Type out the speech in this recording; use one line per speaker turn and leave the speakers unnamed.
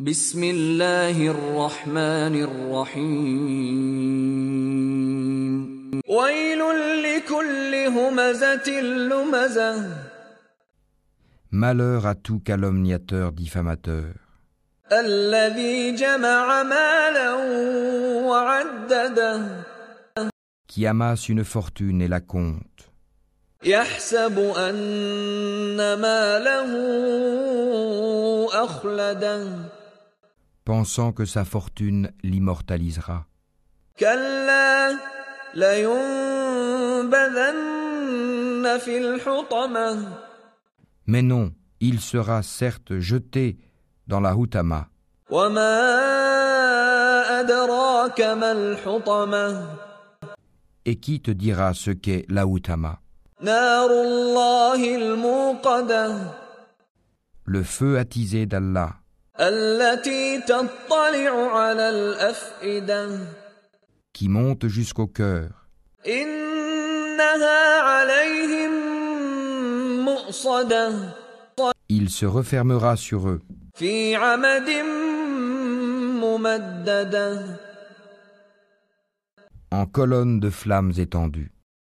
بسم الله الرحمن الرحيم ويل لكل همزة لمزة
Malheur à tout calomniateur diffamateur,
الذي جمع مالا وعدده
qui amasse une fortune et la compte,
يحسب أن ماله أخلده
pensant que sa fortune l'immortalisera.
كلا لينبذن في الحطمة
Mais non, il sera certes jeté dans la Houtama.
وما أدراك ما الحطمة
Et qui te dira ce qu'est la Houtama
نار الله الموقدة
Le feu attisé d'Allah,
التي تطلع على الأفئدة
qui monte jusqu'au cœur.
إنها عليهم مؤصدة
Il se refermera sur eux,
في عمد ممدده
en colonnes de flammes étendues.